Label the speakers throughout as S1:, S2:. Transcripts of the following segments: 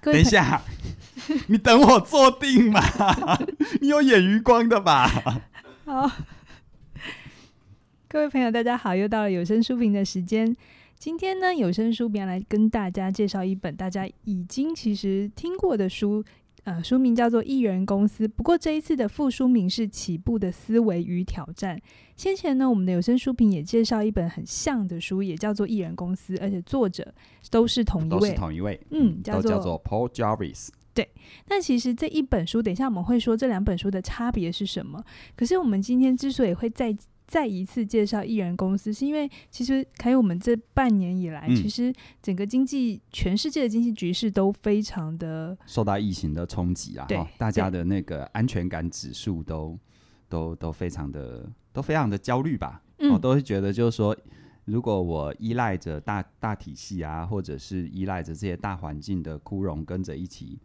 S1: 各位
S2: 等
S1: 朋友，
S2: 一下，你等我坐定嘛？你有眼余光的吧？
S1: 好，各位朋友，大家好，又到了有声书评的时间。今天呢，有声书评来跟大家介绍一本大家已经其实听过的书，呃，书名叫做《艺人公司》，不过这一次的副书名是《起步的思维与挑战》。先前呢，我们的有声书评也介绍一本很像的书，也叫做《艺人公司》，而且作者都是同一
S2: 都是
S1: 位。
S2: 同一位，
S1: 嗯叫
S2: 都叫
S1: 做
S2: 做 Paul Jarvis。
S1: 那其实这一本书，等一下我们会说这两本书的差别是什么。可是我们今天之所以会再再一次介绍艺人公司，是因为其实还有我们这半年以来，
S2: 嗯
S1: 其实整个经济全世界的经济局势都非常的
S2: 受到疫情的冲击啊，
S1: 对
S2: 哈，大家的那个安全感指数都都都非常的都非常的焦虑吧，哦
S1: 嗯
S2: 我、都会觉得就是说，如果我依赖着大大体系啊，或者是依赖着这些大环境的枯荣跟着一起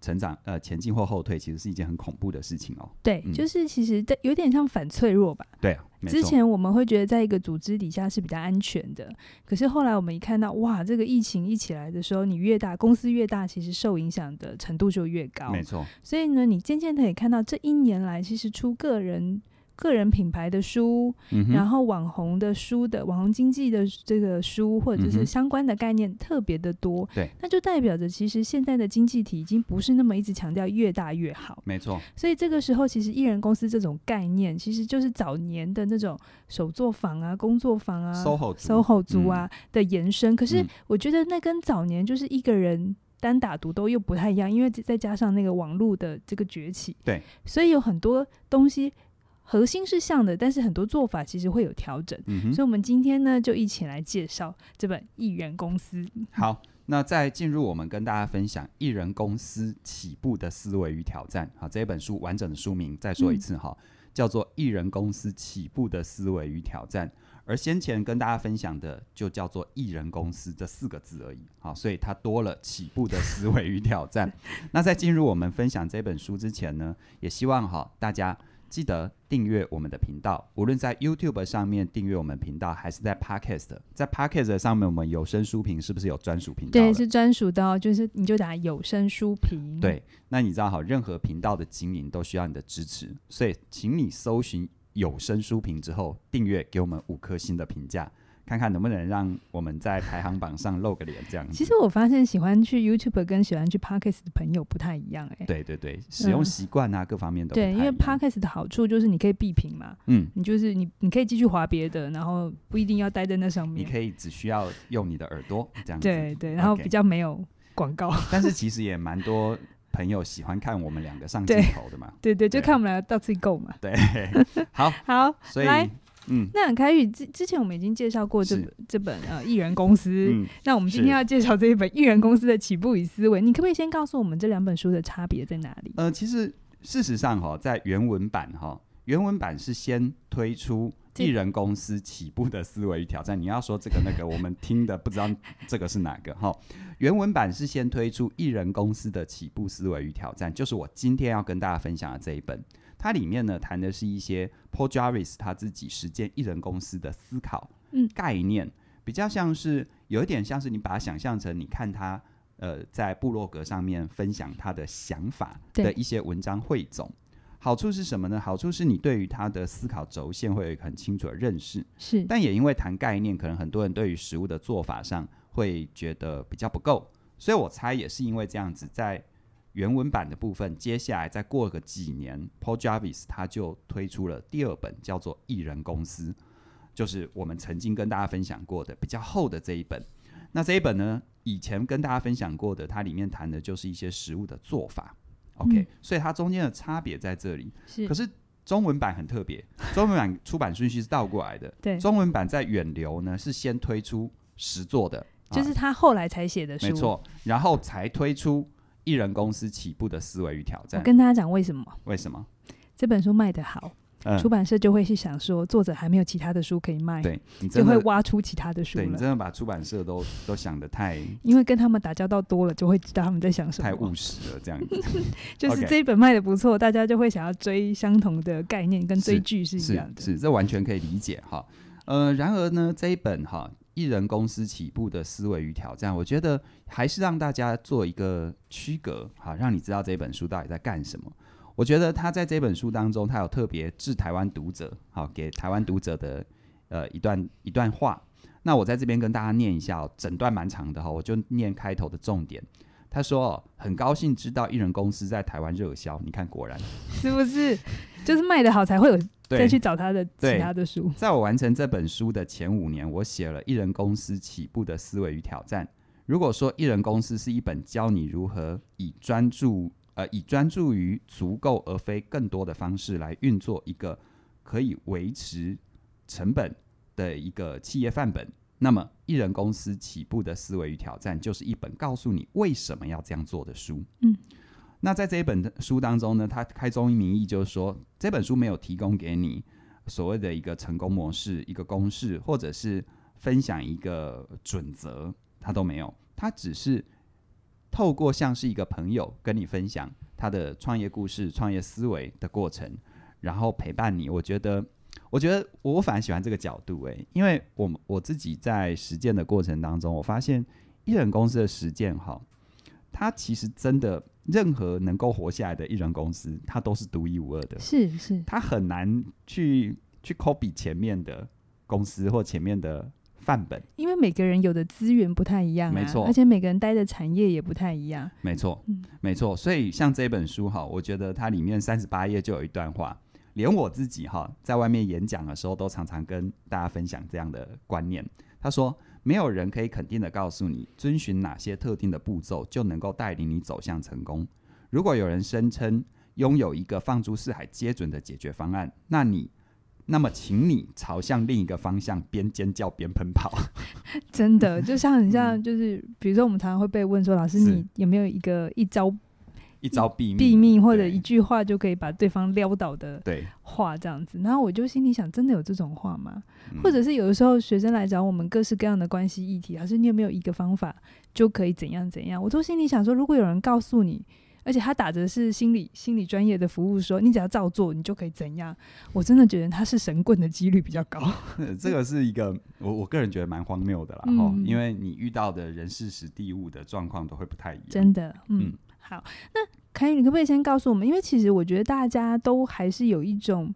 S2: 成长，呃，前进或后退，其实是一件很恐怖的事情哦。
S1: 对，
S2: 嗯
S1: 就是其实这有点像反脆弱吧。
S2: 对啊，没
S1: 之
S2: 错，
S1: 前我们会觉得在一个组织底下是比较安全的，可是后来我们一看到哇，这个疫情一起来的时候，你越大，公司越大，其实受影响的程度就越高。
S2: 没错，
S1: 所以呢，你渐渐地可以看到这一年来，其实出个人个人品牌的书，
S2: 嗯哼，
S1: 然后网红的书的网红经济的这个书，或者
S2: 嗯
S1: 是
S2: 哼
S1: 相关的概念特别的多。
S2: 对，
S1: 那就代表着其实现在的经济体已经不是那么一直强调越大越好。
S2: 没错，
S1: 所以这个时候，其实艺人公司这种概念，其实就是早年的那种手作坊啊、工作坊啊、
S2: SOHO 族
S1: 后族啊、的延伸。可是
S2: 嗯
S1: 我觉得那跟早年就是一个人单打独斗又不太一样，因为再加上那个网络的这个崛起，
S2: 对，
S1: 所以有很多东西核心是像的，但是很多做法其实会有调整。
S2: 嗯
S1: 所以，
S2: 哼，
S1: 我们今天呢，就一起来介绍这本《艺人公司》。
S2: 好。那在进入我们跟大家分享艺人公司起步的思维与挑战啊，这一本书完整的书名再说一次哈，
S1: 嗯
S2: 叫做《艺人公司起步的思维与挑战》，而先前跟大家分享的就叫做“艺人公司”这四个字而已好，所以它多了起步的思维与挑战。那在进入我们分享这本书之前呢，也希望哈大家记得订阅我们的频道，无论在 YouTube 上面订阅我们频道，还是在 Podcast，在 Podcast 上面我们有声书评是不是有专属频道了？
S1: 对，是专属的、哦，就是你就打有声书评。
S2: 对，那你知道好，任何频道的经营都需要你的支持，所以请你搜寻有声书评之后订阅，给我们五颗星的评价，看看能不能让我们在排行榜上露个脸这样子。
S1: 其实我发现喜欢去 YouTube 跟喜欢去 Podcast 的朋友不太一样哎、
S2: 对对对，使用
S1: 嗯
S2: 习惯啊，各方面都不
S1: 对，因
S2: 太
S1: 为
S2: 一样
S1: Podcast 的好处就是你可以闭屏嘛，
S2: 嗯，
S1: 你就是你你可以继续滑别的，然后不一定要待在那上
S2: 你
S1: 面。
S2: 可以只需要用你的耳朵这样子。
S1: 对对，然后
S2: OK
S1: 比较没有广 告。
S2: 但是其实也蛮多朋友喜欢看我们两个上镜
S1: 对
S2: 头的嘛。
S1: 对对，就
S2: 对
S1: 看我们俩到此一购嘛。
S2: 对，好，
S1: 好，
S2: 所以
S1: 来
S2: 嗯
S1: 那凯宇之之前我们已经介绍过这
S2: 是
S1: 本这本呃艺人公司，
S2: 嗯，
S1: 那我们今
S2: 是
S1: 天要介绍这一本艺人公司的起步与思维，你可不可以先告诉我们这两本书的差别在哪里？
S2: 呃，其实事实上哈、在原文版哈、原文版是先推出
S1: 这
S2: 艺人公司起步的思维与挑战。你要说这个那个，我们听的不知道这个是哪个哈、原文版是先推出艺人公司的起步思维与挑战，就是我今天要跟大家分享的这一本。它里面呢谈的是一些 Paul Jarvis 他自己实践艺人公司的思考，
S1: 嗯
S2: 概念比较像是有一点像是你把它想象成你看他呃在部落格上面分享他的想法
S1: 对
S2: 的一些文章汇总。好处是什么呢？好处是你对于他的思考轴线会有一个很清楚的认识，
S1: 是
S2: 但也因为谈概念，可能很多人对于食物的做法上会觉得比较不够，所以我猜也是因为这样子，在原文版的部分，接下来再过个几年，Paul Jarvis 他就推出了第二本叫做《艺人公司》，就是我们曾经跟大家分享过的比较厚的这一本。那这一本呢，以前跟大家分享过的，它里面谈的就是一些食物的做法。OK，、
S1: 嗯
S2: 所以它中间的差别在这里。
S1: 是
S2: 可，是中文版很特 别，中文版出版顺序是倒过来的。
S1: 对，
S2: 中文版在远流呢是先推出实作的，啊
S1: 就是他后来才写的书。
S2: 没错，然后才推出艺人公司起步的思维与挑
S1: 我
S2: 战。
S1: 跟大家讲为什么
S2: 为什么？
S1: 这本书卖得好，
S2: 嗯
S1: 出，版社就会去想说，作者还没有其他的书可以卖，
S2: 对你
S1: 就
S2: 真
S1: 会
S2: 的，
S1: 挖出其他的书
S2: 对你
S1: 了。
S2: 真的把出版社都都想的太
S1: 因为跟他们打交道多了，就会知道他们在想什
S2: 太
S1: 么
S2: 务。实了，这样子
S1: 就是
S2: ，OK
S1: 这一本卖的不错，大家就会想要追相同的概念，跟追
S2: 是
S1: 剧是一
S2: 是
S1: 样的。
S2: 是，这完全可以理解哈。呃，然而呢，这一本哈艺人公司起步的思维与挑战，我觉得还是让大家做一个区隔，好让你知道这本书到底在干什么。我觉得他在这本书当中，他有特别致台湾读者，好给台湾读者的呃一段一段话。那我在这边跟大家念一下、哦，整段蛮长的哈、哦，我就念开头的重点。他说、哦：“很高兴知道艺人公司在台湾热销，你看果然
S1: 是不是？就是卖的好才会有再
S2: 对
S1: 去找他的其
S2: 对
S1: 他的书。
S2: 在我完成这本书的前五年，我写了《艺人公司起步的思维与挑战》。如果说《艺人公司》是一本教你如何以专注呃以专注于足够而非更多的方式来运作一个可以维持成本的一个企业范本，那么《艺人公司起步的思维与挑战》就是一本告诉你为什么要这样做的书。
S1: 嗯。
S2: 那在这一本书当中呢，它开宗明义就是说，这本书没有提供给你所谓的一个成功模式、一个公式，或者是分享一个准则，他都没有。他只是透过像是一个朋友跟你分享他的创业故事、创业思维的过程，然后陪伴你。我觉得，我觉得我反而喜欢这个角度、诶，因为我们我自己在实践的过程当中，我发现艺人公司的实践哈，它其实真的任何能够活下来的艺人公司，它都是独一无二的。
S1: 是是，
S2: 他很难去去 copy 前面的公司或前面的范本。
S1: 因为每个人有的资源不太一样、啊，
S2: 没错
S1: 而且每个人待的产业也不太一样。
S2: 没错，
S1: 嗯
S2: 没错。所以像这本书哈，我觉得它里面三十八页就有一段话，连我自己哈在外面演讲的时候，都常常跟大家分享这样的观念。他说，没有人可以肯定的告诉你，遵循哪些特定的步骤就能够带领你走向成功。如果有人声称拥有一个放诸四海皆准的解决方案，那你。那么，请你朝向另一个方向，边尖叫边奔跑。
S1: 真的，就像很像，就是比如说我们常常会被问说，老师
S2: 嗯是
S1: 你有没有一个一招
S2: 一招毙命，
S1: 毙嗯命或者
S2: 对
S1: 一句话就可以把对方撩倒的
S2: 对，
S1: 话这样子？然后我就心里想，真的有这种话吗？
S2: 嗯
S1: 或者是有的时候学生来找我们各式各样的关系议题，老师你有没有一个方法就可以怎样怎样？我都心里想说，如果有人告诉你。而且他打着是心理心理专业的服务说你只要照做，你就可以怎样。我真的觉得他是神棍的几率比较高。
S2: 呃这个是一个我我个人觉得蛮荒谬的啦，哈、
S1: 嗯
S2: 因为你遇到的人事时地物的状况都会不太一样。
S1: 真的，嗯，
S2: 嗯
S1: 好，那凯宇，你可不可以先告诉我们？因为其实我觉得大家都还是有一种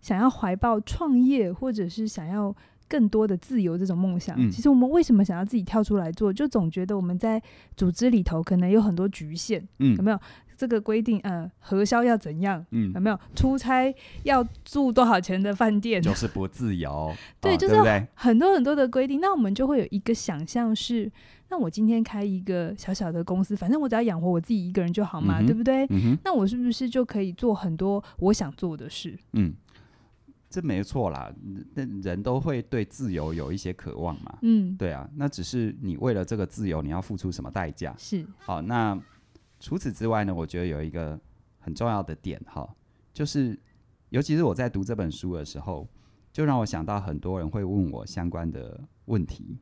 S1: 想要怀抱创业，或者是想要更多的自由这种梦想。
S2: 嗯
S1: 其实我们为什么想要自己跳出来做？就总觉得我们在组织里头可能有很多局限，有
S2: 嗯
S1: 没有？这个规定，呃，核销要怎样？有
S2: 嗯，
S1: 没有出差要住多少钱的饭店？
S2: 就是不自 由，
S1: 对
S2: 哦
S1: 就是
S2: 对不对？
S1: 很多很多的规定，那我们就会有一个想象是，那我今天开一个小小的公司，反正我只要养活我自己一个人就好嘛，
S2: 嗯哼
S1: 对不对？
S2: 嗯哼，
S1: 那我是不是就可以做很多我想做的事？
S2: 嗯，这没错啦，那人都会对自由有一些渴望嘛。
S1: 嗯，
S2: 对啊，那只是你为了这个自由，你要付出什么代价？
S1: 是
S2: 好，那除此之外呢，我觉得有一个很重要的点哈，就是尤其是我在读这本书的时候，就让我想到很多人会问我相关的问题。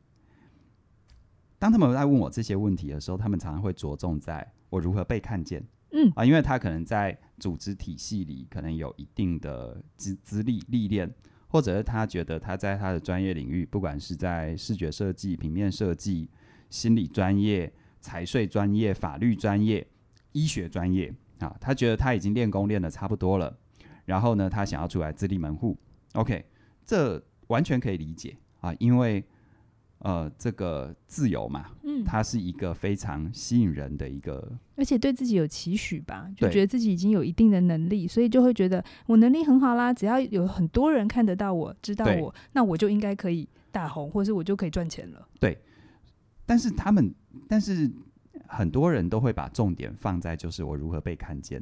S2: 当他们在问我这些问题的时候，他们常常会着重在我如何被看见
S1: 嗯
S2: 啊，因为他可能在组织体系里可能有一定的资资历历练，或者是他觉得他在他的专业领域，不管是在视觉设计、平面设计、心理专业、财税专业、法律专业、医学专业啊，他觉得他已经练功练得差不多了，然后呢，他想要出来自立门户。OK，这完全可以理解啊，因为呃，这个自由嘛，
S1: 嗯，
S2: 它是一个非常吸引人的一个
S1: 而且对自己有期许吧，就
S2: 对
S1: 觉得自己已经有一定的能力，所以就会觉得我能力很好啦，只要有很多人看得到我、知道
S2: 对
S1: 我，那我就应该可以大红，或是我就可以赚钱了。
S2: 但是他们，但是很多人都会把重点放在就是我如何被看见，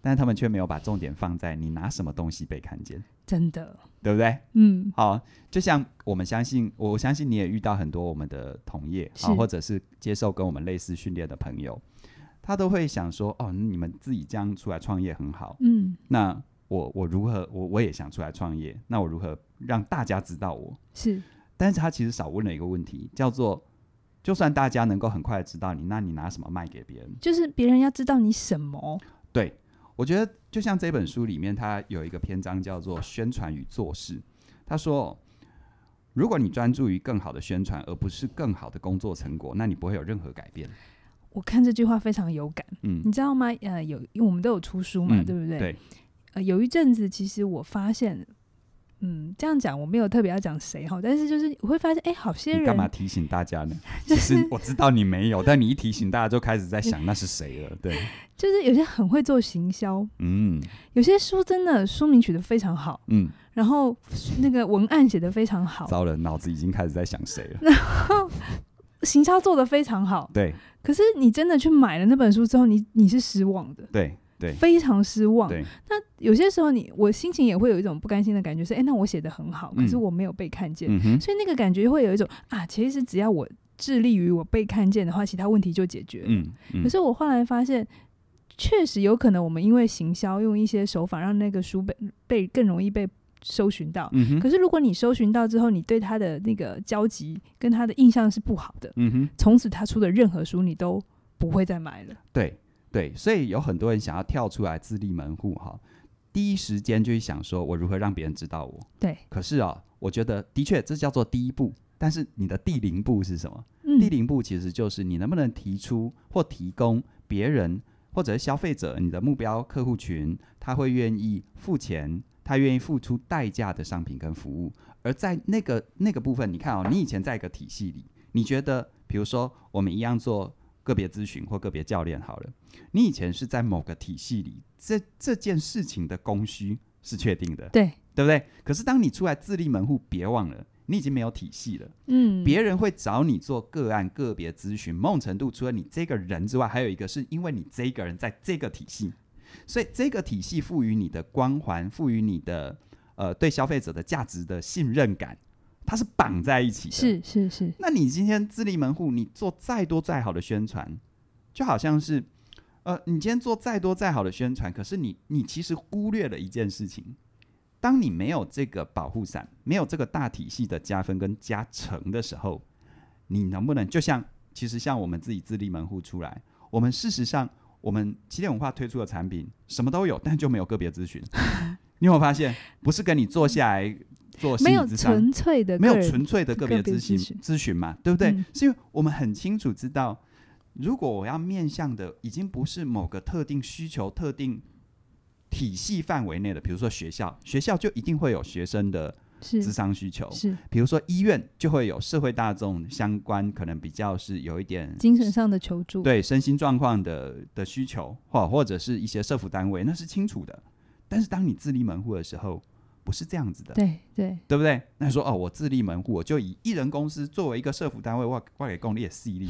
S2: 但是他们却没有把重点放在你拿什么东西被看见，
S1: 真的，
S2: 对不对？
S1: 嗯，
S2: 好，就像我们相信，我相信你也遇到很多我们的同业
S1: 是
S2: 啊，或者是接受跟我们类似训练的朋友，他都会想说，哦，你们自己这样出来创业很好，
S1: 嗯，
S2: 那我我如何，我我也想出来创业，那我如何让大家知道我？
S1: 是
S2: 但是他其实少问了一个问题，叫做就算大家能够很快地知道你，那你拿什么卖给别人？
S1: 就是别人要知道你什么，
S2: 对我觉得，就像这本书里面，它有一个篇章叫做“宣传与做事”。他说，如果你专注于更好的宣传，而不是更好的工作成果，那你不会有任何改变。
S1: 我看这句话非常有感，
S2: 嗯，
S1: 你知道吗？呃，有因为我们都有出书嘛，
S2: 嗯
S1: 对不对？
S2: 对，
S1: 呃，有一阵子其实我发现，嗯，这样讲我没有特别要讲谁哈，但是就是我会发现，哎，好些
S2: 你干嘛
S1: 人
S2: 提醒大 家呢？
S1: 就
S2: 其
S1: 是
S2: 实我知道你没有，但你一提醒大家就开始在想那是谁了。对，
S1: 就是有些很会做行销，
S2: 嗯
S1: 有些书真的书名取得非常好，
S2: 嗯，
S1: 然后那个文案写得非常好，
S2: 糟了，脑子已经开始在想谁了。
S1: 行销做得非常好，
S2: 对
S1: 可是你真的去买了那本书之后，你你是失望的。
S2: 对对
S1: 非常失望。
S2: 对，
S1: 那有些时候你，我心情也会有一种不甘心的感觉，是哎，诶那我写的很好，可是
S2: 嗯
S1: 我没有被看见，
S2: 嗯哼，
S1: 所以那个感觉会有一种啊，其实只要我致力于我被看见的话，其他问题就解决。
S2: 嗯嗯
S1: 可是我后来发现，确实有可能我们因为行销用一些手法让那个书被被更容易被搜寻到。
S2: 嗯哼
S1: 可是如果你搜寻到之后，你对它的那个交集跟它的印象是不好的，
S2: 嗯哼，
S1: 从此他出的任何书你都不会再买了。
S2: 对对，所以有很多人想要跳出来自立门户哈，第一时间就去想说我如何让别人知道我。
S1: 对，
S2: 可是啊、我觉得的确这叫做第一步，但是你的第零步是什么？
S1: 嗯
S2: 第零步其实就是你能不能提出或提供别人或者是消费者你的目标客户群，他会愿意付钱，他愿意付出代价的商品跟服务。而在那个那个部分，你看哦，你以前在一个体系里，你觉得，比如说我们一样做个别咨询或个别教练好了，你以前是在某个体系里，这这件事情的供需是确定的，
S1: 对，
S2: 对不对？可是当你出来自立门户，别忘了你已经没有体系了。
S1: 嗯，
S2: 别人会找你做个案、个别咨询，某种程度除了你这个人之外，还有一个是因为你这个人在这个体系，所以这个体系赋予你的光环，赋予你的呃对消费者的价值的信任感，它是绑在一起的。，
S1: 是是是，
S2: 那你今天自立门户，你做再多再好的宣传，就好像是呃，你今天做再多再好的宣传，可是你你其实忽略了一件事情。当你没有这个保护伞，没有这个大体系的加分跟加成的时候，你能不能就像其实像我们自己自立门户出来，我们事实上我们起点文化推出的产品什么都有，但就没有个别咨询。你有没有发现，不是跟你坐下来做心
S1: 没
S2: 理
S1: 有
S2: 咨商
S1: 纯粹的
S2: 没
S1: 个
S2: 有
S1: 人
S2: 纯粹的个别
S1: 个别
S2: 咨询
S1: 咨询
S2: 咨询嘛，对不对？
S1: 嗯
S2: 是因为我们很清楚知道，如果我要面向的已经不是某个特定需求、特定体系范围内的，比如说学校，学校就一定会有学生的
S1: 是
S2: 智商需求；
S1: 嗯是
S2: 比如说医院，就会有社会大众相关，可能比较是有一点
S1: 精神上的求助，
S2: 对身心状况的的需求，或或者是一些社服单位，那是清楚的。但是当你自立门户的时候，不是这样子的。
S1: 对对
S2: 对不对？那你说哦，我自立门户，我就以一人公司作为一个社服单位，我我给供列四例，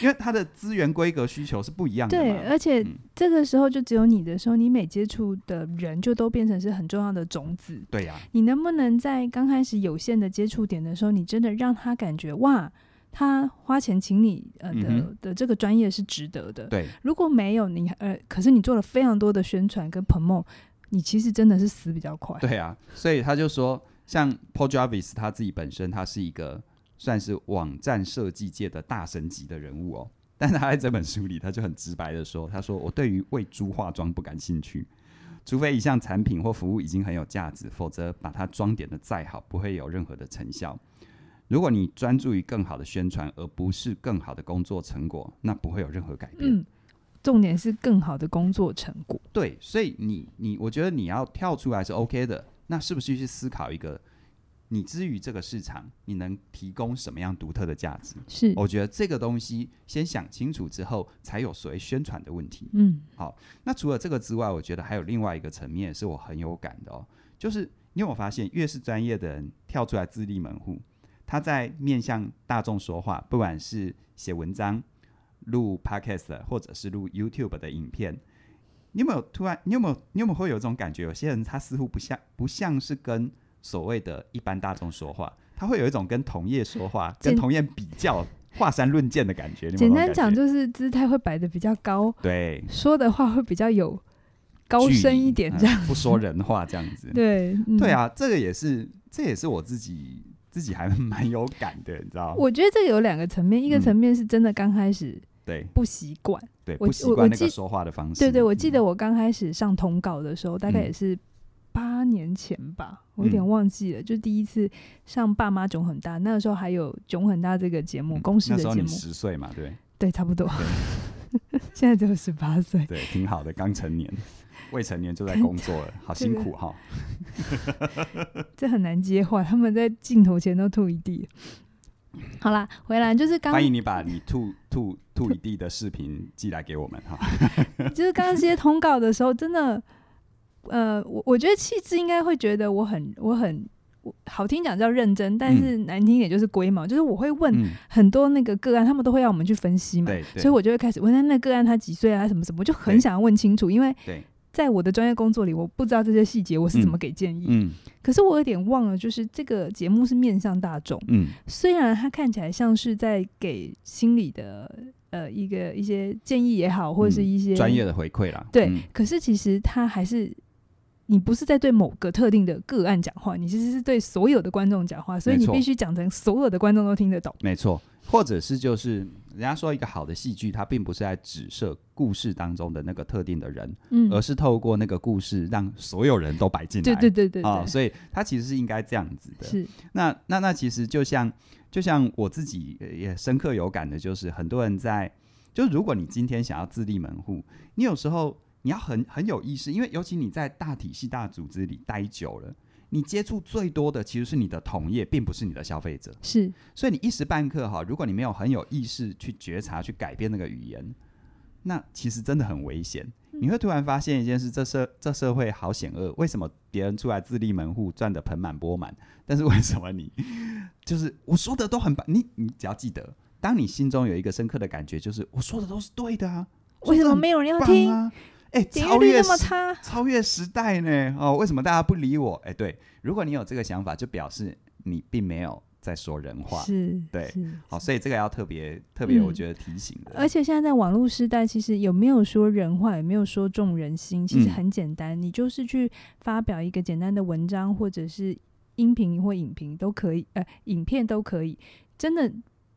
S2: 因为它的资源规格需求是不一样的
S1: 对，
S2: 嘛。
S1: 而且
S2: 嗯
S1: 这个时候就只有你的时候，你每接触的人就都变成是很重要的种子。
S2: 对呀、
S1: 你能不能在刚开始有限的接触点的时候，你真的让他感觉哇，他花钱请你呃的、
S2: 嗯哼
S1: 的这个专业是值得的。
S2: 对
S1: 如果没有你呃，可是你做了非常多的宣传跟 promo，你其实真的是死比较快。
S2: 对呀、所以他就说，像 Paul Jarvis 他自己本身，他是一个算是网站设计界的大神级的人物哦。但是他在这本书里，他就很直白的说，他说我对于为猪化妆不感兴趣，除非一项产品或服务已经很有价值，否则把它装点的再好，不会有任何的成效。如果你专注于更好的宣传，而不是更好的工作成果，那不会有任何改变。
S1: 嗯，重点是更好的工作成果。
S2: 对，所以你你，我觉得你要跳出来是 OK 的。那是不是去思考一个，你之于这个市场，你能提供什么样独特的价值？
S1: 是，
S2: 我觉得这个东西先想清楚之后，才有所谓宣传的问题。
S1: 嗯，
S2: 那除了这个之外，我觉得还有另外一个层面是我很有感的哦，就是你有没有发现，越是专业的人跳出来自立门户，他在面向大众说话，不管是写文章、录 podcast 或者是录 YouTube 的影片，你有没有突然，你有没有，你有没有会有这种感觉？有些人他似乎不像不像是跟所谓的一般大众说话，他会有一种跟同业说话、
S1: 简
S2: 跟同业比较、华山论剑的感觉。你有没
S1: 简单
S2: 有这种感
S1: 讲
S2: 觉
S1: 就是姿态会摆得比较高，
S2: 对。
S1: 说的话会比较有高
S2: 距
S1: 深
S2: 离
S1: 一点
S2: 嗯
S1: 这样。
S2: 不说人话这样子。
S1: 对，嗯
S2: 对。啊，这个也是，这也是我自己自己还蛮有感的，你知道？
S1: 我觉得这个有两个层面，一个
S2: 嗯
S1: 层面是真的刚开始
S2: 对
S1: 不习惯，
S2: 对，
S1: 我
S2: 不
S1: 我
S2: 习
S1: 我
S2: 惯那
S1: 记
S2: 个说话的方式。
S1: 对对，我记
S2: 嗯
S1: 得我刚开始上通告的时候，大概
S2: 嗯
S1: 也是八八年前吧，我有点
S2: 嗯
S1: 忘记了，就第一次上《爸妈囧很大》，那个时候还有《囧很大》这个节目，公式
S2: 嗯那
S1: 的
S2: 时候
S1: 节
S2: 你
S1: 目，
S2: 十岁嘛，对
S1: 对，差不多。 现在只有十八岁，
S2: 对，挺好的，刚 成年，未成年就在
S1: 刚
S2: 工作了，好辛
S1: 这个
S2: 苦哈。
S1: 这很难接话，他们在镜头前都吐一地。好啦，回来就是刚
S2: 欢迎你把你吐吐吐一地的视频寄来给我们哈。
S1: 就是刚刚接通告的时候，真的，呃，我我觉得气质应该会觉得我很我很我好听讲叫认真，但是难听一点就是龟毛，就是我会问
S2: 嗯，
S1: 很多那个个案，他们都会要我们去分析嘛，
S2: 对对
S1: 所以我就会开始问那那个案他几岁啊，他什么什么，我就很
S2: 对
S1: 想要问清楚，因为
S2: 对，
S1: 在我的专业工作里，我不知道这些细节，我是怎么
S2: 嗯
S1: 给建议。
S2: 嗯
S1: 可是我有点忘了，就是这个节目是面向大众，
S2: 嗯
S1: 虽然它看起来像是在给心理的呃一个一些建议也好，或者是
S2: 嗯
S1: 一些
S2: 专业的回馈啦。
S1: 对，
S2: 嗯
S1: 可是其实他还是你不是在对某个特定的个案讲话，你其实是对所有的观众讲话，所以
S2: 没
S1: 你
S2: 错
S1: 必须讲成所有的观众都听得懂。
S2: 没错，或者是就是人家说一个好的戏剧，它并不是在指涉故事当中的那个特定的人，
S1: 嗯，
S2: 而是透过那个故事让所有人都摆进来。
S1: 对对对对对，
S2: 啊、所以它其实是应该这样子的。
S1: 是
S2: 那那那其实就像就像我自己呃也深刻有感的，就是很多人在，就是如果你今天想要自立门户，你有时候你要很很有意识，因为尤其你在大体系、大组织里待久了，你接触最多的其实是你的同业，并不是你的消费者。
S1: 是，
S2: 所以你一时半刻哈，如果你没有很有意识去觉察、去改变那个语言，那其实真的很危险。
S1: 嗯
S2: 你会突然发现一件事：这社这社会好险恶，为什么别人出来自立门户赚得盆满钵满，但是为什么你 就是我说的都很棒？你你只要记得，当你心中有一个深刻的感觉，就是我说的都是对的啊，
S1: 为什么
S2: 说
S1: 没有人要
S2: 得很
S1: 听
S2: 棒？啊？哎、
S1: 点
S2: 超
S1: 阅率
S2: 越
S1: 那么
S2: 时
S1: 差，
S2: 超越时代呢？哦，为什么大家不理我？哎、对，如果你有这个想法，就表示你并没有在说人话。
S1: 是，
S2: 对
S1: 是
S2: 好，所以这个要特别特别，
S1: 嗯
S2: 我觉得提醒的。
S1: 而且现在在网络时代，其实有没有说人话，有没有说众人心，其实
S2: 嗯
S1: 很简单，你就是去发表一个简单的文章，或者是音频或影评都可以，呃，影片都可以。真的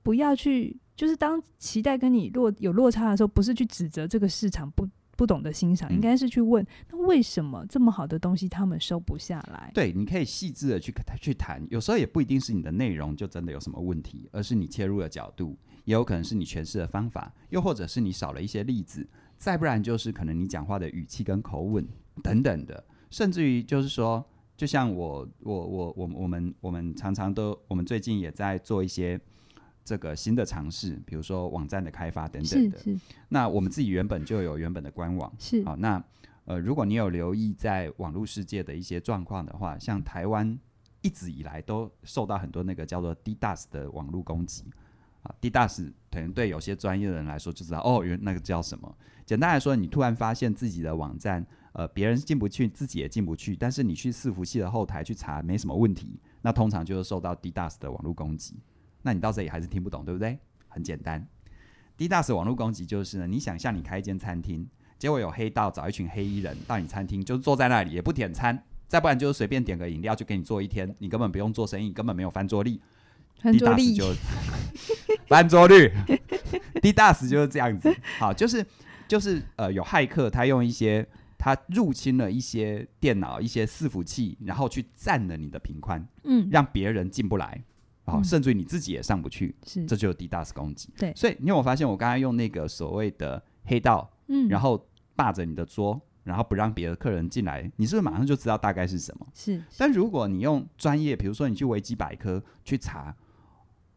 S1: 不要去，就是当期待跟你落有落差的时候，不是去指责这个市场不不懂得欣赏，
S2: 嗯
S1: 应该是去问，那为什么这么好的东西他们收不下来？
S2: 对，你可以细致的去去谈，有时候也不一定是你的内容就真的有什么问题，而是你切入的角度，也有可能是你诠释的方法，又或者是你少了一些例子，再不然就是可能你讲话的语气跟口吻等等的，甚至于就是说，就像我我我我我们我们常常都，我们最近也在做一些这个新的尝试，比如说网站的开发等等
S1: 是
S2: 的。
S1: 是
S2: 那我们自己原本就有原本的官网。
S1: 是，
S2: 好，那呃，如果你有留意在网络世界的一些状况的话，像台湾一直以来都受到很多那个叫做 DDoS 的网络攻击啊，DDoS 可能对有些专业的人来说就知道哦，原那个叫什么。简单来说，你突然发现自己的网站呃别人进不去，自己也进不去，但是你去伺服器的后台去查没什么问题，那通常就是受到 DDoS 的网络攻击。那你到这里还是听不懂，对不对？很简单，DDoS 网络攻击就是呢，你想象你开一间餐厅，结果有黑道找一群黑衣人到你餐厅，就是坐在那里也不点餐，再不然就是随便点个饮料就给你做一天，你根本不用做生意，根本没有翻桌率。
S1: 很多
S2: DDoS
S1: 力
S2: 就 翻桌 率，DDoS 就是这样子。好，就是就是呃，有骇客他用一些他入侵了一些电脑、一些伺服器，然后去占了你的频宽，
S1: 嗯，
S2: 让别人进不来，好、
S1: 嗯
S2: 甚至于你自己也上不去，
S1: 是
S2: 这就是 DDoS 攻击。
S1: 对
S2: 所以你有没有发现我刚才用那个所谓的黑道
S1: 嗯，
S2: 然后霸着你的桌，然后不让别的客人进来，你是不是马上就知道大概是什么？
S1: 是
S2: 但如果你用专业，比如说你去维基百科去查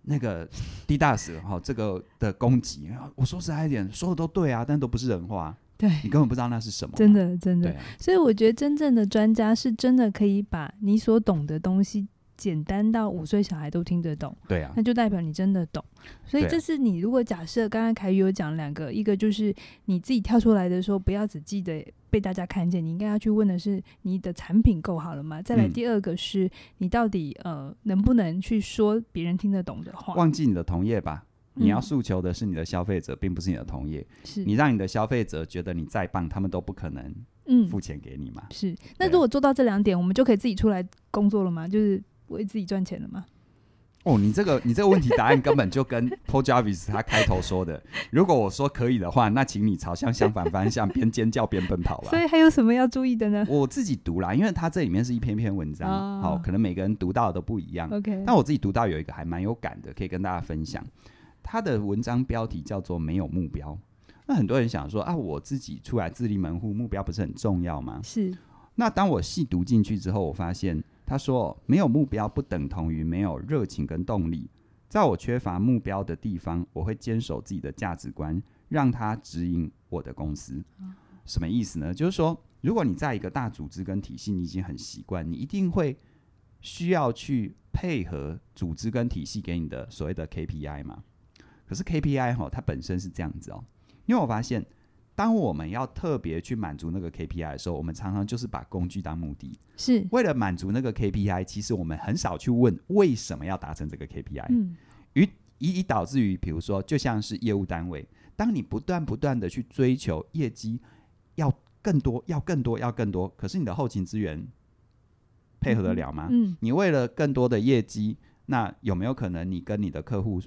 S2: 那个 DDoS 哈、这个的攻击，我说实在一点，说的都对啊，但都不是人话，
S1: 对，
S2: 你根本不知道那是什么嘛，
S1: 真的真的
S2: 对啊、
S1: 所以我觉得真正的专家是真的可以把你所懂的东西简单到五岁小孩都听得懂，
S2: 对啊
S1: 那，就代表你真的懂。所以
S2: 对啊
S1: 这是你如果假设刚刚凯宇有讲两个，一个就是你自己跳出来的时候，不要只记得被大家看见，你应该要去问的是你的产品够好了吗？再来
S2: 嗯
S1: 第二个是你到底呃能不能去说别人听得懂的话？
S2: 忘记你的同业吧。你要
S1: 嗯
S2: 诉求的是你的消费者，并不是你的同业。
S1: 是
S2: 你让你的消费者觉得你再棒，他们都不可能
S1: 嗯
S2: 付钱给你嘛。
S1: 是。那
S2: 对啊
S1: 如果做到这两点，我们就可以自己出来工作了吗？就是为自己赚钱了吗？
S2: 哦，你这个你这个问题答案根本就 跟 Paul Jarvis 他开头说的，如果我说可以的话，那请你朝向相反方向边尖叫边奔跑吧
S1: 所。以还有什么要注意的呢
S2: 我自己读啦，因为它这里面是一篇篇文章，
S1: 哦
S2: 好，可能每个人读到的都不一样。
S1: ？OK，
S2: 但我自己读到有一个还蛮有感的，可以跟大家分享。他的文章标题叫做“没有目标”。那很多人想说啊，我自己出来自立门户，目标不是很重要吗？
S1: 是
S2: 那当我细读进去之后，我发现他说没有目标不等同于没有热情跟动力。在我缺乏目标的地方，我会坚守自己的价值观，让它指引我的公司。什么意思呢？就是说，如果你在一个大组织跟体系，你已经很习惯，你一定会需要去配合组织跟体系给你的所谓的 KPI 嘛。可是 KPI 哈，它本身是这样子哦，因为我发现当我们要特别去满足那个 KPI 的时候，我们常常就是把工具当目的。
S1: 是，
S2: 为了满足那个 KPI，其实我们很少去问为什么要达成这个 KPI，、
S1: 嗯，
S2: 以以导致于，比如说，就像是业务单位，当你不断不断的去追求业绩，要更多，要更多，要更多，可是你的后勤资源配合得了吗？
S1: 嗯，
S2: 你为了更多的业绩，那有没有可能你跟你的客户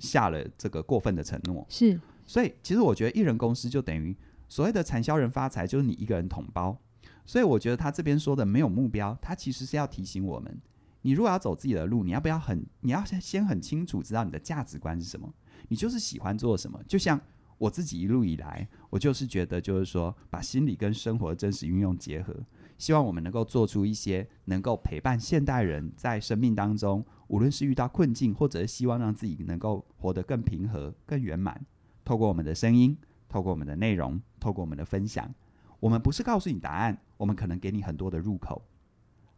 S2: 下了这个过分的承诺？
S1: 是
S2: 所以其实我觉得艺人公司就等于所谓的产销人发财，就是你一个人统包。所以我觉得他这边说的没有目标，他其实是要提醒我们：你如果要走自己的路，你要不要很，你要先先很清楚知道你的价值观是什么，你就是喜欢做什么。就像我自己一路以来，我就是觉得就是说，把心理跟生活真实运用结合，希望我们能够做出一些能够陪伴现代人在生命当中，无论是遇到困境，或者是希望让自己能够活得更平和、更圆满。透过我们的声音，透过我们的内容，透过我们的分享，我们不是告诉你答案，我们可能给你很多的入口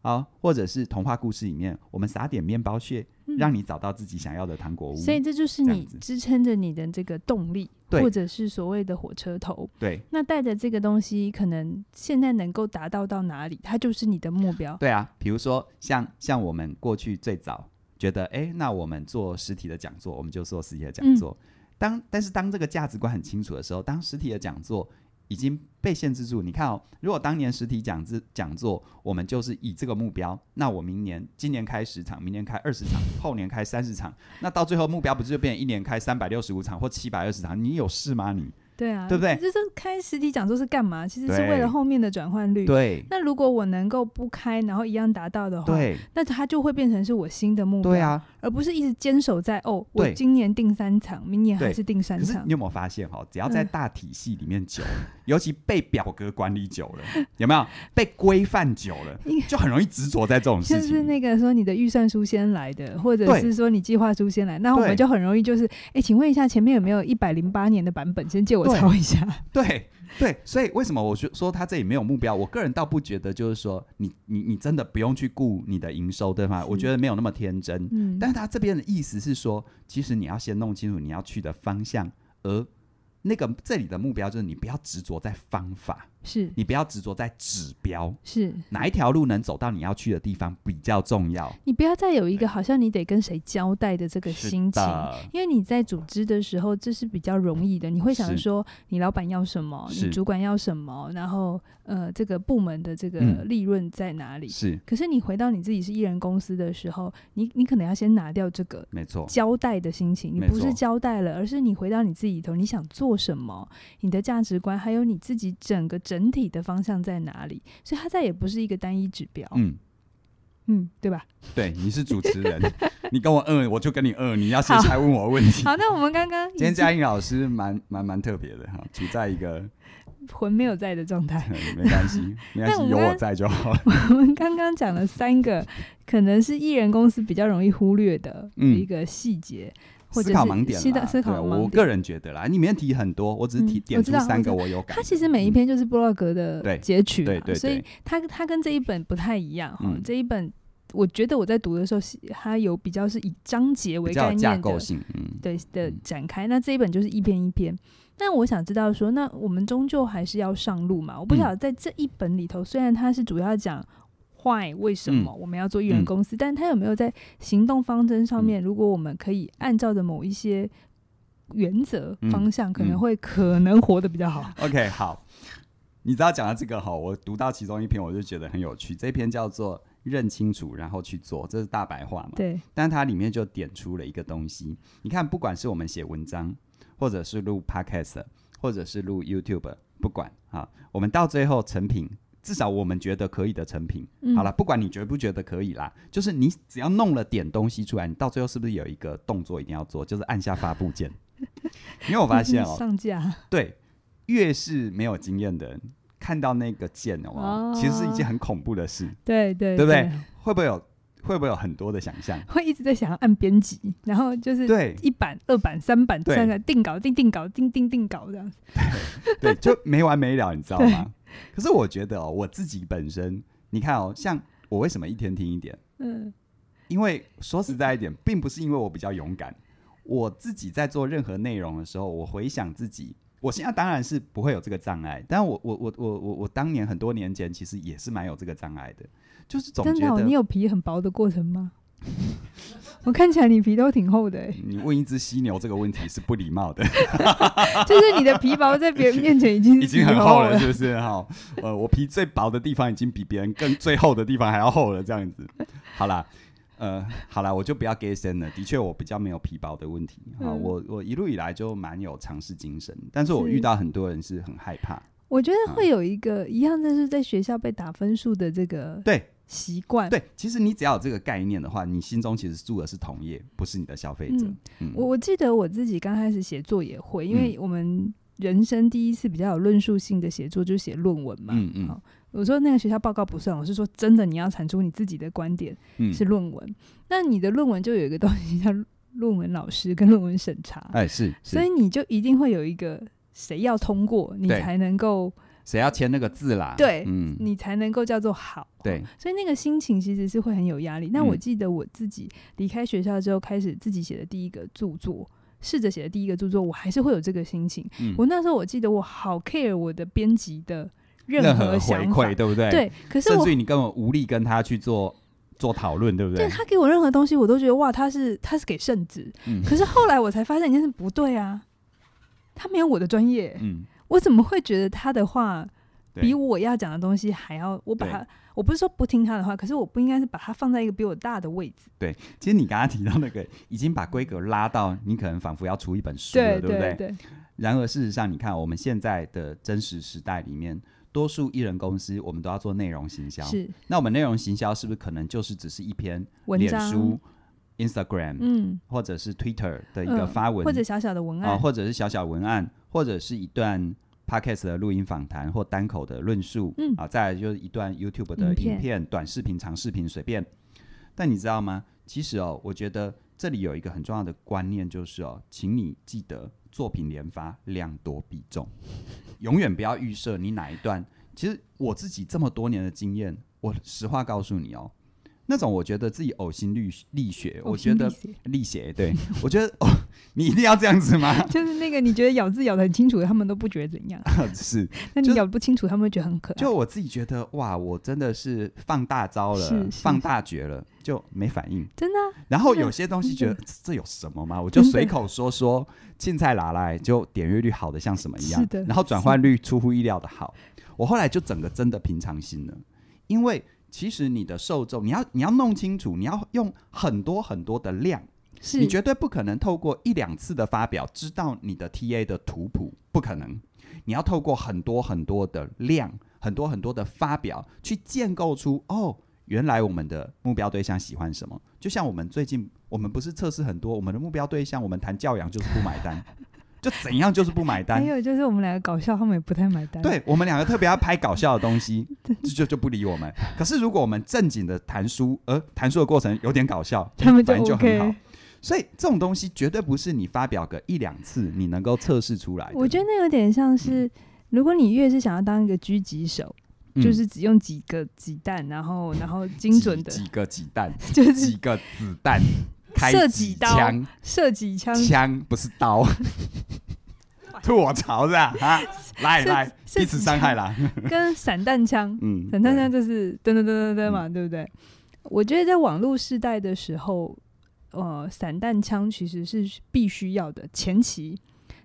S2: 啊，或者是童话故事里面，我们撒点面包屑，
S1: 嗯
S2: 让你找到自己想要的糖果屋。
S1: 所以这就是
S2: 这
S1: 你
S2: 样子
S1: 支撑着你的这个动力，
S2: 对
S1: 或者是所谓的火车头。
S2: 对
S1: 那带着这个东西，可能现在能够达到到哪里，它就是你的目标。
S2: 对啊，比如说像像我们过去最早觉得，哎，那我们做实体的讲座，我们就做实体的讲座。当但是当这个价值观很清楚的时候，当实体的讲座已经被限制住，你看哦，如果当年实体讲字讲座，我们就是以这个目标，那我明年今年开十场，明年开二十场，后年开三十场，那到最后目标不是就变成一年开三百六十五场或七百二十场？你有事吗你？
S1: 对啊，
S2: 对不对
S1: 就是开实体讲座是干嘛？其实是
S2: 对
S1: 为了后面的转换率。
S2: 对
S1: 那如果我能够不开，然后一样达到的话，
S2: 对
S1: 那它就会变成是我新的目标，
S2: 对啊，
S1: 而不是一直坚守在哦，我
S2: 对
S1: 今年定三场，明年还
S2: 对
S1: 是定三
S2: 可是
S1: 场
S2: 你。有没有发现哈、只要在
S1: 嗯
S2: 大体系里面久了，尤其被表格管理久了，有没有被规范久了
S1: 应该，
S2: 就很容易执着在这种
S1: 就
S2: 事
S1: 是
S2: 情。
S1: 那个说你的预算书先来的，或者
S2: 对
S1: 是说你计划书先来，那我
S2: 对
S1: 们就很容易就是，哎，请问一下前面有没有一百零八年的版本？先借我
S2: 对
S1: 抄一下。
S2: 对对，所以为什么我说说他这里没有目标？我个人倒不觉得，就是说你你你真的不用去顾你的营收，对吗？我觉得没有那么天真。
S1: 嗯，
S2: 但是他这边的意思是说，其实你要先弄清楚你要去的方向，而那个这里的目标就是你不要执着在方法，
S1: 是
S2: 你不要执着在指标，
S1: 是，
S2: 哪一条路能走到你要去的地方比较重要。
S1: 你不要再有一个好像你得跟谁交代的这个
S2: 是
S1: 心情。
S2: 的
S1: 因为你在组织的时候，这是比较容易的。你会想
S2: 是
S1: 说，你老板要什么，
S2: 是
S1: 你主管要什么，然后呃，这个部门的这个
S2: 嗯
S1: 利润在哪里？
S2: 是
S1: 可是你回到你自己是艺人公司的时候，你你可能要先拿掉这个
S2: 没错，
S1: 交代的心情，你
S2: 没
S1: 不是
S2: 错
S1: 交代了，而是你回到你自己里头，你想做什么，你的价值观，还有你自己整个整体的方向在哪里，所以它再也不是一个单一指标，
S2: 嗯，
S1: 嗯，对 吧？
S2: 对，你是主持 人，你跟我饿，我就跟你饿，你要先来问我问题。
S1: 好，那我们刚刚已
S2: 今天
S1: 经
S2: 嘉颖老师蛮蛮蛮特别的哈，处在一个
S1: 魂没有在的状态，
S2: 没关系，没
S1: 但
S2: 关
S1: 我们
S2: 系，有我在就好。
S1: 我们刚刚讲了三个，可能是艺人公司比较容易忽略的
S2: 嗯
S1: 一个细节， 或者
S2: 思
S1: 是
S2: 考盲点
S1: 思
S2: 啦，
S1: 考思考
S2: 对
S1: 盲
S2: 我
S1: 点。
S2: 个人觉得啦，你面题很多，我只是提
S1: 嗯
S2: 点
S1: 我知
S2: 出
S1: 道
S2: 三个
S1: 我
S2: 我有感
S1: 它。其实每一篇就是布洛格的
S2: 对
S1: 截取嘛，
S2: 对对
S1: 所以
S2: 对
S1: 它它跟这一本不太一样哈、
S2: 嗯
S1: 这一本我觉得我在读的时候是，它有比较是以章节为
S2: 比较
S1: 概
S2: 有架
S1: 念
S2: 构
S1: 的，
S2: 性，嗯，
S1: 对的
S2: 嗯
S1: 展开。那这一本就是一篇一篇。但我想知道说，那我们终究还是要上路嘛？我不
S2: 嗯
S1: 晓得在这一本里头，虽然它是主要讲 why 为什么我们要做艺人
S2: 嗯
S1: 公司，但它有没有在行动方针上面，如果我们可以按照着某一些原则
S2: 嗯
S1: 方向，可能
S2: 嗯
S1: 会可能活得比较 好。
S2: OK，好，你知道讲到这个哈，我读到其中一篇我就觉得很有趣，这篇叫做《认清楚，然后去做，这是大白话嘛？
S1: 对，
S2: 但它里面就点出了一个东西。你看，不管是我们写文章，或者是录 podcast，或者是录 YouTube，不管啊，我们到最后成品，至少我们觉得可以的成品，
S1: 嗯
S2: 好了，不管你觉不觉得可以啦，就是你只要弄了点东西出来，你到最后是不是有一个动作一定要做，就是按下发布键？ 因为我发现哦，
S1: 上架，
S2: 对，越是没有经验的人，看到那个键哦，
S1: 哦
S2: 其实是一件很恐怖的事，
S1: 对对
S2: 对不对
S1: 对？
S2: 会不会有会不会有很多的想象？
S1: 会一直在想要按编辑，然后就是
S2: 对
S1: 一版、二版、三版、
S2: 对
S1: 三版定稿、定定稿、定定定稿这样子。
S2: 对，就没完没了，你知道吗？可是我觉得哦，我自己本身，你看哦，像我为什么一天听一点？
S1: 嗯，
S2: 因为说实在一点，并不是因为我比较勇敢，我自己在做任何内容的时候，我回想自己，我现在当然是不会有这个障碍，但我我我我我我当年很多年前其实也是蛮有这个障碍的，就是总
S1: 真的
S2: 觉
S1: 哦、
S2: 得
S1: 你有皮很薄的过程吗？ 我看起来你皮都挺厚的、 欸，
S2: 你问一只犀牛这个问题是不 礼貌的，
S1: 就是你的皮薄在别人面前已经
S2: 已经很
S1: 皮
S2: 厚
S1: 厚
S2: 了，是不是？哈、呃，我皮最薄的地方已经比别人更最厚的地方还要厚了，这样子。好啦， 呃，好啦，我就不要 gay 深了。的确，我比较没有皮薄的问题。哈、
S1: 嗯
S2: 我我一路以来就蛮有尝试精神，但是我
S1: 是
S2: 遇到很多人是很害怕。
S1: 我觉
S2: 嗯
S1: 得会有一个一样，就是在学校被打分数的这个
S2: 对
S1: 习惯。
S2: 对，其实你只要有这个概念的话，你心中其实住的是同业，不是你的消费者。
S1: 嗯
S2: 嗯，
S1: 我我记得我自己刚开始写作也会，因为我们人生第一次比较有论述性的写作就是写论文嘛。
S2: 嗯嗯
S1: 好我说那个学校报告不算，我是说真的，你要产出你自己的观点
S2: 嗯
S1: 是论文。那你的论文就有一个东西叫论文老师跟论文审查，
S2: 哎是，是
S1: 所以你就一定会有一个谁要通过，你
S2: 对嗯
S1: 才能够
S2: 谁要签那个字啦？
S1: 对
S2: 嗯，
S1: 你才能够叫做好。
S2: 对，
S1: 所以那个心情其实是会很有压力。那我
S2: 嗯
S1: 记得我自己离开学校之后，开始自己写的第一个著作，试着写的第一个著作，我还是会有这个心情。
S2: 嗯
S1: 我那时候我记得我好 care 我的编辑的
S2: 任
S1: 任
S2: 何回
S1: 想法
S2: 馈，，对不对？，
S1: 对，可是
S2: 甚
S1: 我
S2: 至于你根本无力跟他去做做讨论，对不
S1: 对
S2: 对？
S1: 他给我任何东西，我都觉得哇，他是他是给圣旨。
S2: 嗯
S1: 可是后来我才发现一件事不对啊，他没有我的专业，
S2: 嗯，
S1: 我怎么会觉得他的话
S2: 对
S1: 比我要讲的东西还要？我把
S2: 对
S1: 他，我不是说不听他的话，可是我不应该是把他放在一个比我大的位置。
S2: 其实你刚刚提到那个，已经把规格拉到你可能仿佛要出一本书
S1: 对
S2: 了，不
S1: 对对，
S2: 然而事实上，你看我们现在的真实时代里面，多数艺人公司我们都要做内容行销。
S1: 是
S2: 那我们内容行销是不是可能就是只是一篇
S1: 文
S2: 脸
S1: 章
S2: 书、，Instagram、
S1: 嗯，
S2: 或者是 Twitter 的一个
S1: 嗯
S2: 发文，
S1: 或者小小的文
S2: 啊、
S1: 案，
S2: 或者是小小文案，或者是一段 podcast 的录音访谈或单口的论述，
S1: 嗯
S2: 啊，再来就是一段 YouTube
S1: 影
S2: 的影
S1: 片
S2: 片、短视频、长视频，随便。但你知道吗？其实哦，我觉得这里有一个很重要的观念，就是哦，请你记得作品连发，量多比重，永远不要预设你哪一段。其实我自己这么多年的经验，我实话告诉你哦，那种我觉得自己呕心沥沥血，
S1: 呕
S2: 我
S1: 心沥
S2: 觉得
S1: 血
S2: 沥血，对我觉得哦，你一定要这样子吗？
S1: 就是那个你觉得咬字咬得很清楚，他们都不觉得怎样；
S2: 是，
S1: 那你
S2: 就
S1: 咬不清楚，他们会觉得很可爱。
S2: 就我自己觉得，哇，我真的是放大招了
S1: 是，是
S2: 放大绝了，就没反应。
S1: 真的啊、
S2: 然后
S1: 真的
S2: 有些东西觉
S1: 真
S2: 得
S1: 的
S2: 这这有什么吗？我就
S1: 嗯真的
S2: 随口说说，青菜拿来就点阅率好的像什么一样
S1: 是的，
S2: 然后转换率出乎意料的好。我后来就整个真的平常心了，因为其实你的受众，你要你要弄清楚，你要用很多很多的量，
S1: 是
S2: 你绝对不可能透过一两次的发表知道你的 TA 的图谱，不可能。你要透过很多很多的量，很多很多的发表，去建构出哦，原来我们的目标对象喜欢什么。就像我们最近，我们不是测试很多，我们的目标对象，我们谈教养就是不买单， 就怎样就是不买
S1: 还
S2: 单。
S1: 有就是我们两个搞笑，他们也不太买单。，
S2: 对我们两个特别要拍搞笑的东西，就就就不理我们。可是如果我们正经的谈书，呃，谈书的过程有点搞笑，
S1: 他们就
S2: 反正就
S1: OK
S2: 很好。。所以这种东西绝对不是你发表个一两次你能够测试出来的。
S1: 我觉得那有点像是，如果你越是想要当一个狙击手，
S2: 嗯
S1: 就是只用几个子弹，然后然 后精
S2: 几
S1: 准的，
S2: 嗯几个子弹，
S1: 就是
S2: 几个子弹，开
S1: 射几
S2: 几
S1: 刀嗯
S2: 枪，
S1: 射几枪，
S2: 枪不是 刀。吐我槽是吧？啊，来
S1: 射
S2: 来，
S1: 射
S2: 彼此
S1: 几
S2: 伤害
S1: 枪
S2: 啦。
S1: 跟散弹枪，
S2: 嗯，
S1: 散弹
S2: 对嗯
S1: 枪就是噔噔噔噔噔嘛，对不对？我觉得在网络时代的时候，呃，散弹枪其实是必须要的，前期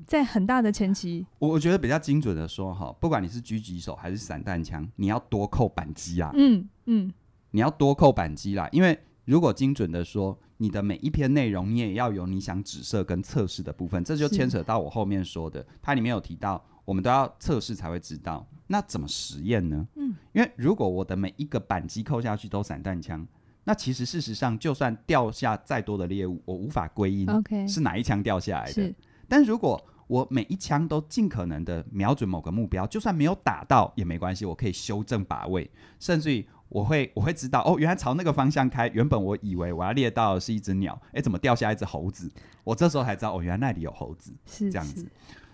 S1: 在很大的前期，
S2: 我我觉得比较精准的说哈，不管你是狙击手还是散弹枪，你要多扣扳机啊！
S1: 嗯嗯，
S2: 你要多扣板机啦，因为如果精准的说，你的每一篇内容，你也要有你想指涉跟测试的部分，这就是牵扯到我后面说的，它里面有提到，我们都要测试才会知道，那怎么实验呢？
S1: 嗯，
S2: 因为如果我的每一个板机扣下去都散弹枪，那其实事实上，就算掉下再多的猎物，我无法归因
S1: OK，
S2: 是哪一枪掉下来嗯的
S1: 是。
S2: 但如果我每一枪都尽可能的瞄准某个目标，就算没有打到也没关系，我可以修正靶位，甚至于我会 我会知道哦，原来朝那个方向开，原本我以为我要猎到的是一只鸟，诶，怎么掉下一只猴子？我这时候才知道哦，原来那里有猴子。
S1: 是
S2: 这样
S1: 是
S2: 子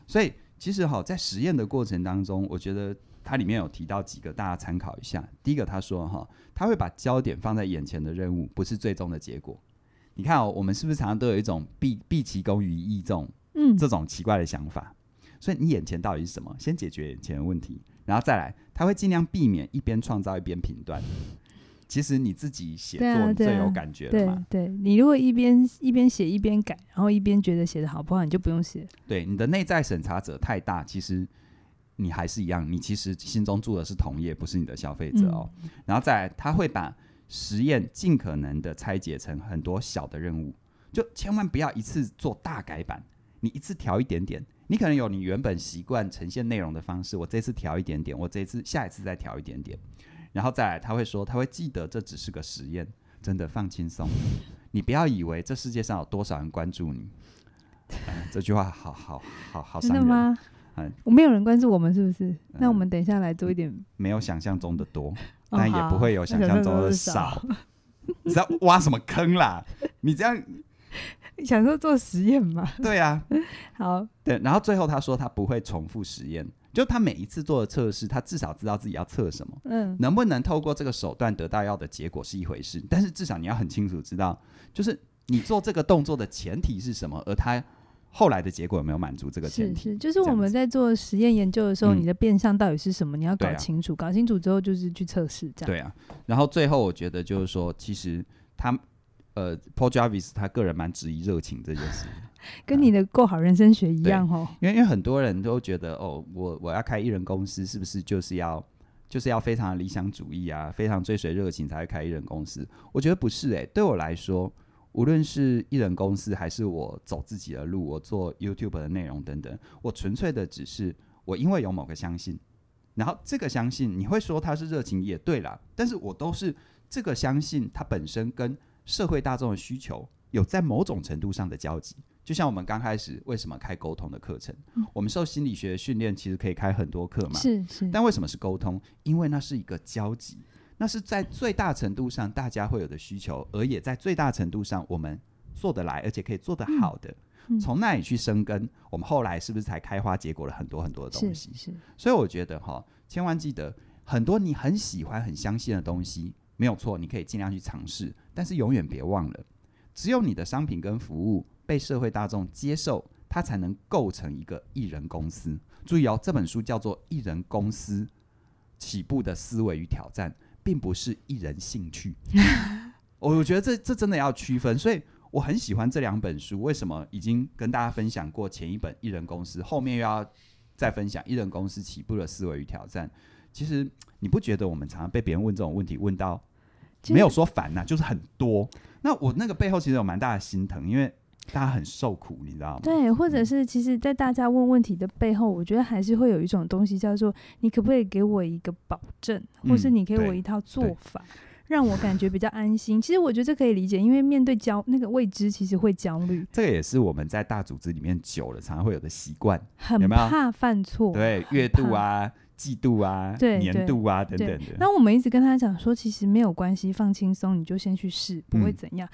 S2: 所以其实哈，在实验的过程当中，我觉得它里面有提到几个，大家参考一下。第一个，他说哈，他会把焦点放在眼前的任务，不是最终的结果。你看哦，我们是不是常常都有一种毕毕其功于一役这种
S1: 嗯，
S2: 这种奇怪的想法？所以你眼前到底是什么？先解决眼前的问题，然后再来，他会尽量避免一边创造一边评断。其实你自己写
S1: 对啊
S2: 作，你
S1: 对
S2: 最
S1: 啊
S2: 有感觉了
S1: 对
S2: 嘛？
S1: 对，你如果一边一边写一边改，然后一边觉得写的好不好，你就不用写。
S2: 对你的内在审查者太大，其实你还是一样，你其实心中住的是同业，不是你的消费者哦。
S1: 嗯
S2: 然后再来，他会把实验尽可能的拆解成很多小的任务，就千万不要一次做大改版，你一次调一点点。你可能有你原本习惯呈现内容的方式，我这次调一点点，我这次下一次再调一点点，然后再来他会说，他会记得这只是个实验，真的放轻松，你不要以为这世界上有多少人关注 你，哎这句话好好好好
S1: 真
S2: 伤
S1: 的
S2: 人，
S1: 吗
S2: 哎？
S1: 我没有人关注我们，是不是？那我
S2: 嗯
S1: 们等一下来做一点，
S2: 没有想象中的多，
S1: 哦
S2: 但也
S1: 好
S2: 不会有
S1: 那
S2: 想
S1: 想
S2: 象
S1: 象
S2: 中
S1: 中
S2: 的
S1: 的少
S2: 少。你在挖什么坑啦？你这样
S1: 想说做实验嘛。
S2: 对啊，
S1: 好，
S2: 对。然后最后他说他不会重复实验，就他每一次做的测试，他至少知道自己要测什么，
S1: 嗯，
S2: 能不能透过这个手段得到要的结果是一回事，但是至少你要很清楚知道，就是你做这个动作的前提是什么，而他后来的结果有没有满足这个前
S1: 是
S2: 提。
S1: 是，就是
S2: 这
S1: 我
S2: 样
S1: 们
S2: 子
S1: 在做实验研究的时候，你
S2: 嗯
S1: 的变相到底是什么，你要
S2: 对
S1: 搞
S2: 啊
S1: 清楚，搞清楚之后就是去测试，这样。
S2: 对啊，然后最后我觉得就是说，其实他呃，Paul Jarvis 他个人蛮质疑热情这件事，
S1: 跟你的过好人生学一
S2: 对
S1: 样哦。
S2: 因为因为很多人都觉得哦，我我要开艺人公司，是不是就是要就是要非常理想主义啊，非常追随热情才会开艺人公司？我觉得不是诶、欸对我来说，无论是艺人公司还是我走自己的路，我做 YouTube 的内容等等，我纯粹的只是我因为有某个相信，然后这个相信你会说它是热情也对啦，但是我都是这个相信它本身跟社会大众的需求有在某种程度上的交集。就像我们刚开始为什么开沟通的课程，我们受心理学训练，其实可以开很多课嘛。
S1: 是是，
S2: 但为什么是沟通？因为那是一个交集，那是在最大程度上大家会有的需求，而也在最大程度上我们做得来，而且可以做得好的。
S1: 嗯
S2: 从那里去生根，我们后来是不是才开花结果了很多很多的东
S1: 是
S2: 西？
S1: 是，
S2: 所以我觉得哈，千万记得，很多你很喜欢、很相信的东西，没有错，你可以尽量去尝试，但是永远别忘了，只有你的商品跟服务被社会大众接受，它才能构成一个艺人公司。注意哦，这本书叫做《艺人公司起步的思维与挑战》，并不是艺人兴趣。我我觉得这这真的要区分，所以。我很喜欢这两本书，为什么已经跟大家分享过前一本《艺人公司》，后面又要再分享一人公司起步的思维与挑战。其实你不觉得我们常常被别人问这种问题，问到
S1: 其
S2: 没有
S1: 实
S2: 说烦呐、就是很多。那我那个背后其实有蛮大的心疼，因为大家很受苦，你知道吗？
S1: 对，或者是其实，在大家问问题的背后，我觉得还是会有一种东西叫做你可不可以给我一个保证，或是
S2: 嗯
S1: 你给我
S2: 对
S1: 一套做
S2: 对
S1: 法，让我感觉比较安心。其实我觉得这可以理解，因为面对焦那个未知，其实会焦虑，
S2: 这个也是我们在大组织里面久了常常会有的习惯，
S1: 很
S2: 有没有
S1: 怕犯错。
S2: 对月度啊、季度啊、
S1: 对
S2: 年度啊等等的。
S1: 那我们一直跟他讲说，其实没有关系，放轻松，你就先去试，不会
S2: 嗯
S1: 怎样。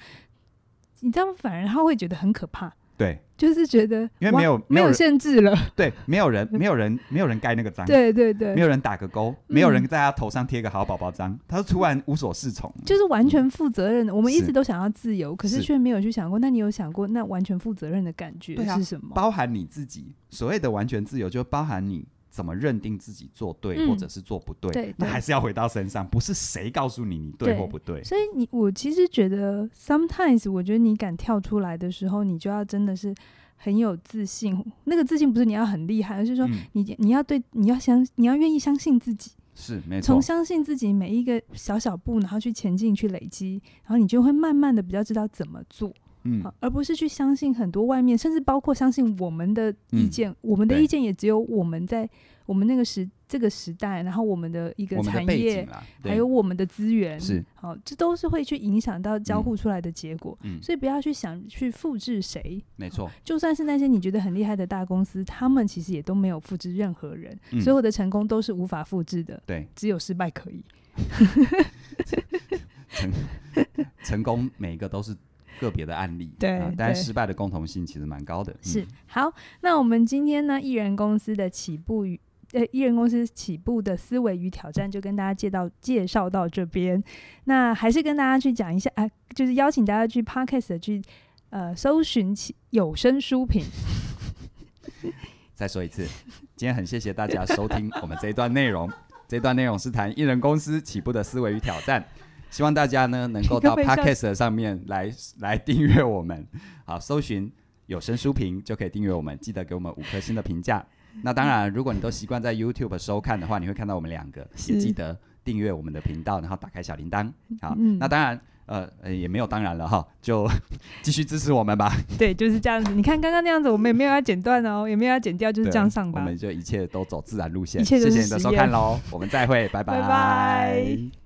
S1: 你知道吗，反而他会觉得很可怕，
S2: 对，
S1: 就是觉得
S2: 因为
S1: 哇
S2: 没有
S1: 没
S2: 没有
S1: 有
S2: 人
S1: 限制了。
S2: 对，没有人、没有人、没有人盖那个 章，
S1: 对嗯对对，
S2: 哎没有人打个勾，没有人在他头上贴个好宝宝章，他突然无所适从。
S1: 就是完全负责任的。我们一
S2: 是
S1: 直都想要自由，可是
S2: 是
S1: 却没有去想过。那你有想过那完全负责任的感觉
S2: 对啊
S1: 是什么？
S2: 包含你自己所谓的完全自由，就包含你怎么认定自己做对、
S1: 嗯
S2: 或者是做不对，
S1: 对
S2: 那
S1: 对
S2: 还是要回到身上，不是谁告诉你你对
S1: 对
S2: 或不对。
S1: 所以你，我其实觉得，sometimes 我觉得你敢跳出来的时候，你就要真的是很有自信。那个自信不是你要很厉害，而是说
S2: 嗯，
S1: 你、你要对你要相你要愿意相信自己，
S2: 是没错
S1: 从，相信自己每一个小小步，然后去前进、去累积，然后你就会慢慢的比较知道怎么做，
S2: 嗯
S1: 好，而不是去相信很多外面，甚至包括相信我们的意
S2: 嗯
S1: 见。我们的
S2: 对
S1: 意见也只有我们在我们那个时这个时代，然后我们的一个
S2: 我们的
S1: 产
S2: 背景
S1: 业，
S2: 啦，对
S1: 还有我们的资源，
S2: 是
S1: 好，这都是会去影响到交互出来的结果。
S2: 嗯
S1: 所以不要去想去复制谁，
S2: 没错，
S1: 就算是那些你觉得很厉害的大公司，他们其实也都没有复制任何人，
S2: 嗯
S1: 所有的成功都是无法复制的，
S2: 对，
S1: 只有失败可以。
S2: 成成功每一个都是个别的案例，
S1: 对
S2: 啊，但
S1: 对
S2: 是失败的共同性其实蛮高的，嗯
S1: 是好，那我们今天呢，艺人公司的起步与呃，艺人公司起步的思维与挑战就跟大家介到介绍到这边。那还是跟大家去讲一下啊，就是邀请大家去 podcast 的去呃搜寻起有声书评。
S2: 再说一次，今天很谢谢大家收听我们这一段内容。 这段内容是谈艺人公司起步的思维与挑战，希望大家呢能够 到
S1: 你可不可
S2: Podcast 上面来来订阅我们，好，搜寻有声书评就可以订阅我们，记得给我们五颗星的评价。那当然，如果你都习惯在 YouTube 收看的话，你会看到我们两个，
S1: 是
S2: 也记得订阅我们的频道，然后打开小铃铛。好，
S1: 嗯
S2: 那当然，呃，呃也没有当然了哈，就 继续支持我们吧。
S1: 对，就是这样子。你看刚刚那样子，我们也没有要剪断哦，也没有要剪掉，就是
S2: 对
S1: 这样上吧
S2: 我。们就一切都走自然路线。
S1: 一切都
S2: 谢
S1: 是
S2: 谢你的
S1: 实
S2: 收
S1: 验
S2: 看喽，我们再会，拜
S1: 拜拜